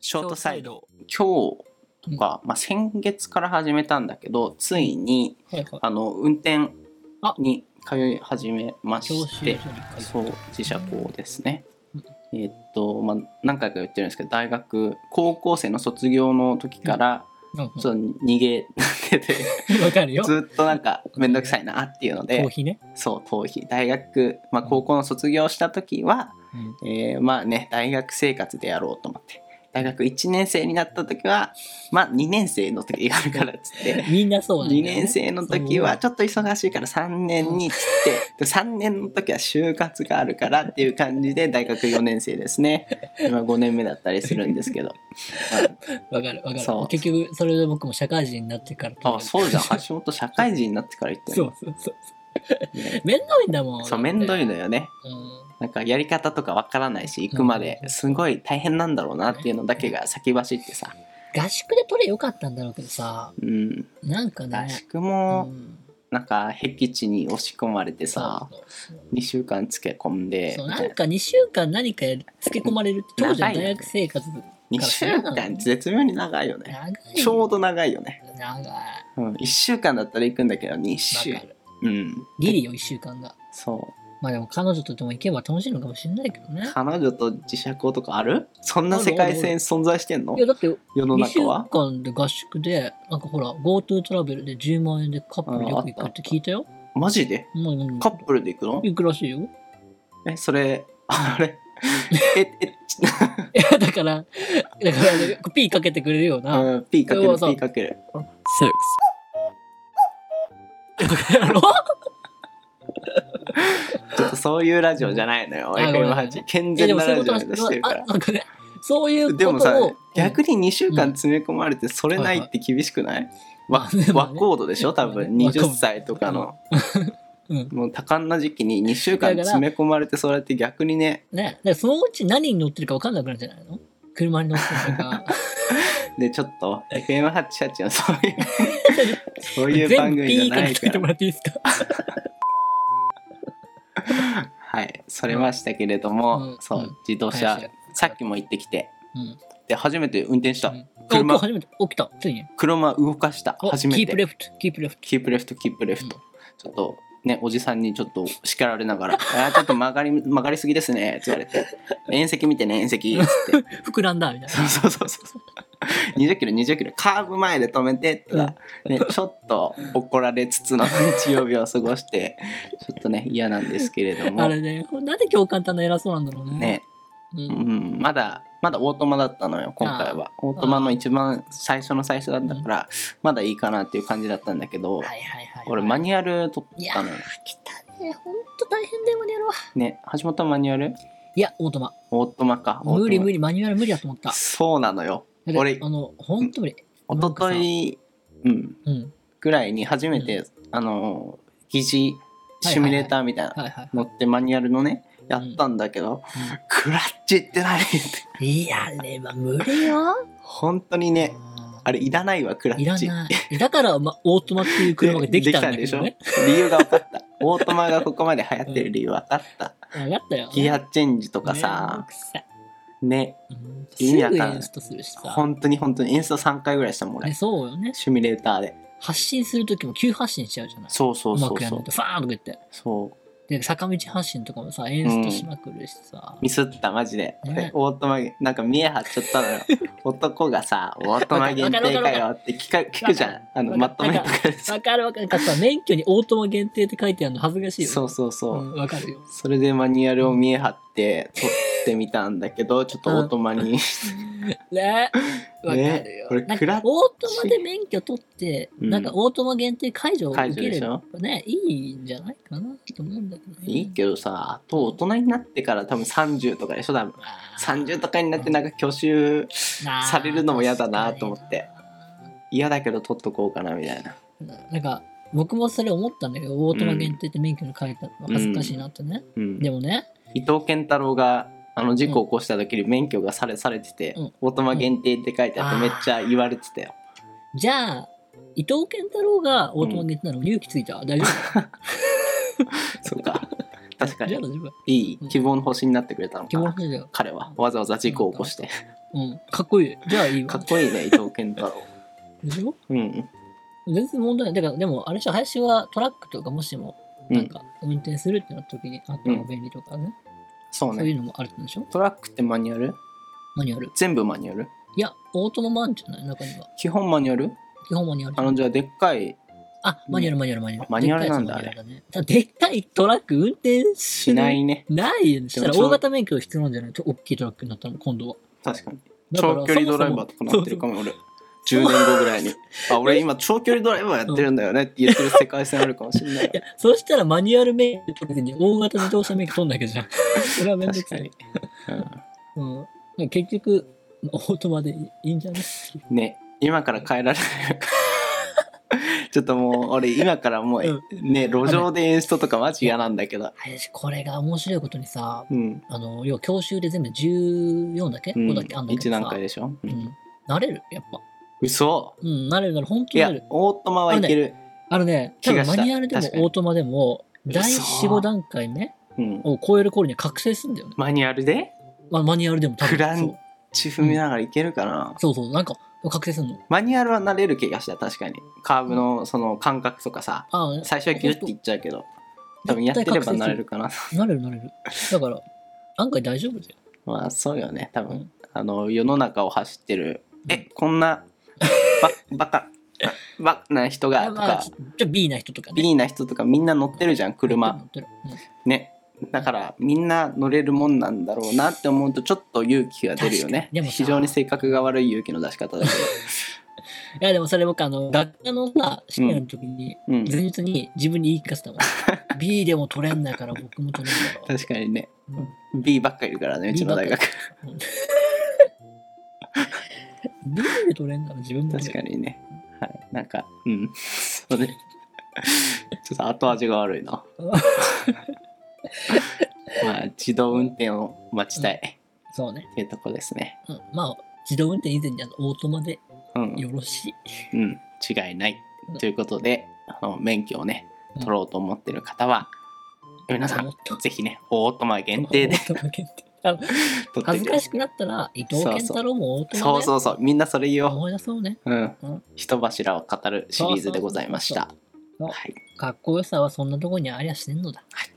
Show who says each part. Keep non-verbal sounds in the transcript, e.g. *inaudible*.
Speaker 1: ショートサイド今日とか、まあ、先月から始めたんだけどついに
Speaker 2: はいはい
Speaker 1: あの運転に通い始めま
Speaker 2: 教
Speaker 1: し
Speaker 2: 習所に
Speaker 1: て
Speaker 2: 通って
Speaker 1: そう自社校ですね
Speaker 2: うん。
Speaker 1: えーっとまあ、何回か言ってるんですけど大学高校生の卒業の時から
Speaker 2: うんうん
Speaker 1: ちょっと逃げてて
Speaker 2: わかるよ。
Speaker 1: ずっとなんか面倒くさいなっていうの
Speaker 2: コー
Speaker 1: で
Speaker 2: ヒーね。
Speaker 1: そう逃避大学、まあ、高校の卒業した時は
Speaker 2: うん
Speaker 1: えーまあね大学生活でやろうと思って大学1年生になった時はまあ2年生の時があるからっつって
Speaker 2: みんなそうなんだ
Speaker 1: 2
Speaker 2: よね
Speaker 1: 年生の時はちょっと忙しいから3年にっつってで3年の時は就活があるからっていう感じで大学4年生ですね今5年目だったりするんですけど、
Speaker 2: わかるわか
Speaker 1: そう
Speaker 2: る。結局、それで僕も社会人になってからと
Speaker 1: *laughs* あ
Speaker 2: か。
Speaker 1: あそうじゃん橋本社会人になってから言って
Speaker 2: そ
Speaker 1: る
Speaker 2: うそうそう。
Speaker 1: ね
Speaker 2: めんどいんだもん。
Speaker 1: そうめんど
Speaker 2: い。
Speaker 1: いのよねなんかやり方とかわからないし行くまですごい大変なんだろうなっていうのだけが先走ってさ
Speaker 2: 合宿で取れよかったんだろうけどさ、
Speaker 1: うん
Speaker 2: なんか
Speaker 1: 合
Speaker 2: ね。
Speaker 1: 宿
Speaker 2: う
Speaker 1: も
Speaker 2: ん
Speaker 1: なんか僻地に押し込まれてさ
Speaker 2: そうそうそう
Speaker 1: 2週間つけ込んで
Speaker 2: そう
Speaker 1: み
Speaker 2: な
Speaker 1: たい
Speaker 2: ん
Speaker 1: な
Speaker 2: か2週間何かやりつけ込まれるって
Speaker 1: 長
Speaker 2: 長
Speaker 1: い
Speaker 2: 女
Speaker 1: よね
Speaker 2: の大学生活
Speaker 1: 2週間絶妙に長いよね
Speaker 2: 長い
Speaker 1: ちょうど長いよね、
Speaker 2: 長いわ
Speaker 1: うん、1週間だったら行くんだけど2週
Speaker 2: かる
Speaker 1: うん
Speaker 2: ギリよ1週間が
Speaker 1: そ
Speaker 2: まあでも彼女とでも行けば楽しいのかもしれないけど
Speaker 1: う
Speaker 2: ね
Speaker 1: 彼女と自社校とかあるそんな世界線存在してんの
Speaker 2: いやだって
Speaker 1: 世の
Speaker 2: 2
Speaker 1: 中
Speaker 2: 週
Speaker 1: は
Speaker 2: 間で合宿でなんかほら GoTo トラベルで10万円でカップルでよく行くって聞いたよ
Speaker 1: マジで
Speaker 2: もううん
Speaker 1: カップルで行くの
Speaker 2: 行くらしいよ *laughs*
Speaker 1: えそれあれええち
Speaker 2: いやだからだから、ね、P かけてくれるような、
Speaker 1: うん、ピーかけ
Speaker 2: う
Speaker 1: る
Speaker 2: わ
Speaker 1: ピ
Speaker 2: そう
Speaker 1: ーかける
Speaker 2: セックスやろ
Speaker 1: ちょっとそういうラジオじゃないのよ
Speaker 2: あごめん
Speaker 1: FM8 健
Speaker 2: いやで
Speaker 1: 全
Speaker 2: も
Speaker 1: な
Speaker 2: そ
Speaker 1: ラジオ目指して
Speaker 2: ういうことなんです
Speaker 1: る
Speaker 2: あ
Speaker 1: から
Speaker 2: なんかねそういうことを
Speaker 1: でもさ
Speaker 2: に
Speaker 1: 逆に2週間
Speaker 2: うん
Speaker 1: 詰め込まれてそれないって厳しくない、わ
Speaker 2: まあねまあ
Speaker 1: 和
Speaker 2: ね
Speaker 1: コードでしょ多分
Speaker 2: まあね
Speaker 1: 20歳とかの、
Speaker 2: うん
Speaker 1: もう多感な時期に2週間詰め込まれてそれって逆にね
Speaker 2: ね、だからそのうち何に乗ってるか分かんなくなるんじゃ
Speaker 1: *laughs*
Speaker 2: ないの車に乗ってるとか、
Speaker 1: でちょっと FM88 はそういう
Speaker 2: *laughs*
Speaker 1: そういう番
Speaker 2: 全部
Speaker 1: 組じゃ
Speaker 2: ピーか
Speaker 1: な
Speaker 2: け
Speaker 1: い
Speaker 2: とい
Speaker 1: か
Speaker 2: ても
Speaker 1: ら
Speaker 2: らっていいですか
Speaker 1: はいそれましたけれども、
Speaker 2: うん
Speaker 1: そううん自動車、
Speaker 2: 会社
Speaker 1: さっきも行ってきて
Speaker 2: うん。
Speaker 1: で初めて運転した、
Speaker 2: うんあ今
Speaker 1: 車
Speaker 2: 日初めて起きた、ついに。
Speaker 1: 車動かした
Speaker 2: お
Speaker 1: 初めて
Speaker 2: キープレフト、キープレフト。
Speaker 1: キープレフトキープレフト、
Speaker 2: う
Speaker 1: ちょっとねおじさんにちょっと叱られながら *laughs* 「あーちょっと曲がり曲がりすぎですね」って言われて「縁石見てね縁石」っつって
Speaker 2: 膨らんだ、みたいな。
Speaker 1: そうそうそうそう20キロ20キロカーブ前で止めてとか、ね、ちょっと怒られつつの *laughs* 日曜日を過ごしてちょっとね嫌なんですけれど
Speaker 2: あ
Speaker 1: *laughs* も
Speaker 2: れね、これなんで今日簡単な偉そうなんだろうね。
Speaker 1: ね、う
Speaker 2: う。
Speaker 1: んん、まだまだオートマだったのよ今回はオートマの一番最初の最初だったからまだいいかなっていう感じだったんだけど
Speaker 2: はいはいはい。
Speaker 1: 俺マニュアル取
Speaker 2: い
Speaker 1: っ
Speaker 2: や
Speaker 1: た
Speaker 2: ー
Speaker 1: のよ、
Speaker 2: 来たね。ほんと大変だよ、マニュアルは。
Speaker 1: ね橋本はマニュアル
Speaker 2: いや、オートマ。
Speaker 1: オートマか。
Speaker 2: 無理無
Speaker 1: 理。
Speaker 2: 理、マニュアル無理だと思った。
Speaker 1: そうなのよ。
Speaker 2: だから
Speaker 1: 俺
Speaker 2: あの、ほんと無理。
Speaker 1: 一昨日うん、
Speaker 2: うん。
Speaker 1: ぐらいに初めて、
Speaker 2: う
Speaker 1: あの、疑似シミュレーターみたいな
Speaker 2: はいはい。
Speaker 1: 乗ってマニュアルのね、やったんだけど、クラッチって何って。
Speaker 2: うんいや、あれは無理よ。
Speaker 1: 本当にね、
Speaker 2: うん
Speaker 1: あれいらないわ、クラ
Speaker 2: いら
Speaker 1: ッチ。
Speaker 2: ない。だから、ま、オートマっていう車ができたんだけ
Speaker 1: でき
Speaker 2: ど
Speaker 1: た
Speaker 2: ね。
Speaker 1: んでしょ理由が分か
Speaker 2: *laughs*
Speaker 1: った。オートマがここまで流行ってる理由分かった。
Speaker 2: 分かったよ。
Speaker 1: ギアチェンジとかさ、ね、意味わかんない
Speaker 2: めんどくさい。うんすぐ演出するしさ。
Speaker 1: 本当に本当に演奏3回ぐらいしたもん、
Speaker 2: ね、
Speaker 1: 俺。
Speaker 2: そうよね。
Speaker 1: シミュレーターで。
Speaker 2: 発信するときも急発進しちゃうじゃない。
Speaker 1: そうそう
Speaker 2: う
Speaker 1: そ
Speaker 2: ま
Speaker 1: う
Speaker 2: くやん
Speaker 1: そ
Speaker 2: な
Speaker 1: う
Speaker 2: い。と、ファーンとか言って。
Speaker 1: そう。
Speaker 2: で、坂道発進とかもさ、演出しまくるしさ。
Speaker 1: ミスったマジで、
Speaker 2: ね
Speaker 1: オートマなんか見え張っちゃった
Speaker 2: *laughs*
Speaker 1: のよ男がさオートマ限定かよって聞か聞くじゃんあのま
Speaker 2: わ
Speaker 1: と
Speaker 2: かる
Speaker 1: めとかでさ
Speaker 2: わかるわかる。なんかさ、免許にオートマ限定って書いてあるの恥ずかしいよね。
Speaker 1: そうそうそう、
Speaker 2: うんわ
Speaker 1: *laughs*
Speaker 2: かるよ。
Speaker 1: それでマニュアルを見え張って撮ってみたんだけどちょっとオートマに、
Speaker 2: ね。わかる
Speaker 1: ね
Speaker 2: よ。
Speaker 1: これ
Speaker 2: なん
Speaker 1: クラッ
Speaker 2: か
Speaker 1: チ
Speaker 2: オートマで免許取って、
Speaker 1: うん
Speaker 2: なんかオートマ限定解除を受
Speaker 1: 解除
Speaker 2: け
Speaker 1: で
Speaker 2: れ
Speaker 1: しょ
Speaker 2: ばね、いいんじゃないかなと思うんだけど、
Speaker 1: *laughs*
Speaker 2: ね。
Speaker 1: いいけどさあと大人になってから多分30とかでしょ多分
Speaker 2: あー
Speaker 1: 30とかになってなんか去就されるのも嫌だなと思って。嫌だけど撮っとこうかなみたいな
Speaker 2: 確かにななんか僕もそれ思ったんだけど、オートマ限定って免許に書いてあるの恥ずかしいなってね。
Speaker 1: うん
Speaker 2: でもね、
Speaker 1: 伊藤健太郎があの事故を起こした時に免許がされされてて、
Speaker 2: うん
Speaker 1: オートマ限定って書いてあって
Speaker 2: うん
Speaker 1: めっちゃ言われてたよ、
Speaker 2: じゃあ、伊藤健太郎がオートマ限定なの、勇気ついた大丈
Speaker 1: *laughs*
Speaker 2: 夫
Speaker 1: そう
Speaker 2: *laughs*
Speaker 1: か確か
Speaker 2: じゃあ
Speaker 1: に
Speaker 2: 大丈夫
Speaker 1: いい希望の星になってくれたの
Speaker 2: 希
Speaker 1: か
Speaker 2: 望の
Speaker 1: な
Speaker 2: 話だよ。
Speaker 1: 彼はわざわざ事故を起こして
Speaker 2: うん。かっこいい。じゃあいい
Speaker 1: か
Speaker 2: わ
Speaker 1: っ。こいいね伊藤健太郎
Speaker 2: でしょ
Speaker 1: うん
Speaker 2: 全然問題ない。だから、でも、あれでしょ、林はトラックとかもしも、
Speaker 1: う
Speaker 2: なん
Speaker 1: ん
Speaker 2: か、運転するってなった時に、あったの便利とかね、
Speaker 1: そう
Speaker 2: そういう
Speaker 1: ね
Speaker 2: のもあるんでしょ
Speaker 1: トラックってマニュアル
Speaker 2: マニュアル。
Speaker 1: 全部マニュアル
Speaker 2: いや、オートマもあるんじゃない中には。
Speaker 1: 基本マニュアル
Speaker 2: 基本マニュアル
Speaker 1: あ
Speaker 2: じゃん。
Speaker 1: のじゃあでっかい
Speaker 2: あ、マニュアル、マニュアル、マニュアル。
Speaker 1: マニュアルなんだ
Speaker 2: でっかいやつマニュアルね。ただでっかいトラック運転
Speaker 1: し
Speaker 2: し
Speaker 1: な
Speaker 2: ない。
Speaker 1: いね
Speaker 2: ないよね。した
Speaker 1: で
Speaker 2: ら
Speaker 1: もそう
Speaker 2: 大型免許必要なんじゃないちょ大きいトラックになったの、今度は。
Speaker 1: 確かに
Speaker 2: だから
Speaker 1: 長距離ドライバーとかなってるかも俺10年後ぐらい
Speaker 2: *laughs*
Speaker 1: にあ俺今長距離ドライバーやってるんだよねって言ってる世界線あるかもしれない
Speaker 2: いや、そしたらマニュアル免許取れずに大型自動車免許取んなきゃじゃ
Speaker 1: *laughs*
Speaker 2: ん。それはめんど
Speaker 1: 確
Speaker 2: くさ
Speaker 1: か
Speaker 2: い
Speaker 1: に。、
Speaker 2: うん。結局、オートマでいいんじゃない
Speaker 1: うん、ね今から *laughs* 帰られるちょっともう俺今からもう、ね路上で演出とかマジ嫌なんだけど
Speaker 2: 林、これが面白いことにさ、
Speaker 1: うん、
Speaker 2: あの、要は教習で全部14だっけ、
Speaker 1: うん、
Speaker 2: 5だっけあんだけ
Speaker 1: 1
Speaker 2: どさ。
Speaker 1: 段階でしょ、う、
Speaker 2: うんん。慣れるやっぱ。
Speaker 1: 嘘
Speaker 2: うん、慣れるなら本
Speaker 1: い
Speaker 2: 当に
Speaker 1: や
Speaker 2: 慣れる。
Speaker 1: オートマはいける、
Speaker 2: あのね、多
Speaker 1: 気が
Speaker 2: 分
Speaker 1: した
Speaker 2: マニュアルでも
Speaker 1: 確かに
Speaker 2: オートマでも、第
Speaker 1: 嘘
Speaker 2: 4、5段階ね、
Speaker 1: うん、
Speaker 2: を超える頃には覚醒するんだよね。
Speaker 1: マニュアルで
Speaker 2: まマニュアルでも多分。
Speaker 1: クラン
Speaker 2: そう
Speaker 1: 血踏みながらいけるかな、
Speaker 2: そうそう、なんか覚醒するの。
Speaker 1: マニュアルは慣れる気がした確かにカーブのその感覚とかさ
Speaker 2: ああ、
Speaker 1: 最初はギュッていっちゃうけど多分やってれば慣れるかな
Speaker 2: なれるなれる。だから、案外大丈夫だよ。
Speaker 1: まあそうよね多分、
Speaker 2: うん
Speaker 1: あの世の中を走ってる
Speaker 2: うん
Speaker 1: えこんなばバカバカな人がと
Speaker 2: まあ、
Speaker 1: か
Speaker 2: ちょっと B な人とかね。
Speaker 1: B な人とかみんな乗ってるじゃん車
Speaker 2: 乗ってる。乗ってる
Speaker 1: ねだからみんな乗れるもんなんだろうなって思うとちょっと勇気が出るよ
Speaker 2: 確
Speaker 1: ね
Speaker 2: かにでもさ
Speaker 1: 非常に性格が悪い勇気の出し方だけ
Speaker 2: うんいや、でもそれ僕、あの、学科のさ、試験の時に、
Speaker 1: ど、うん、
Speaker 2: 前日に自分に言い聞かせ
Speaker 1: *laughs*
Speaker 2: たもん。B でも取れんないから僕も取れんだろ
Speaker 1: 確かにね
Speaker 2: う。うん
Speaker 1: B ばっかいるからねうちの大学 *laughs*
Speaker 2: B で取れんなら自分も取
Speaker 1: 確
Speaker 2: れ
Speaker 1: か
Speaker 2: ん。
Speaker 1: にねはいなんかうん
Speaker 2: *laughs*
Speaker 1: そうねちょっと後味が悪い
Speaker 2: *laughs*
Speaker 1: なまあ自動運転を待ちたい
Speaker 2: そうね。
Speaker 1: っていうとこですね
Speaker 2: うんまあ、自動運転以前にあのオートマで
Speaker 1: うん、
Speaker 2: よろしい。
Speaker 1: うん、違いないということであの免許をね
Speaker 2: うん
Speaker 1: 取ろうと思ってる方は皆さ
Speaker 2: もっ
Speaker 1: ん
Speaker 2: と
Speaker 1: ぜひねオートマ限定で
Speaker 2: オートマ限定あの
Speaker 1: 取ってく
Speaker 2: *laughs* 恥ず
Speaker 1: だ
Speaker 2: か
Speaker 1: さ
Speaker 2: しくなったら、伊藤健太郎もオ
Speaker 1: い
Speaker 2: ート
Speaker 1: そ
Speaker 2: マ
Speaker 1: う
Speaker 2: で
Speaker 1: そうそうみんなそれ言おう、
Speaker 2: 思い出そうね。
Speaker 1: うん
Speaker 2: うん、
Speaker 1: 人柱を語るシリーズでございました
Speaker 2: そうそうそうそう
Speaker 1: はい
Speaker 2: かっこよさはそんなとこにありゃしてんのだ。
Speaker 1: はい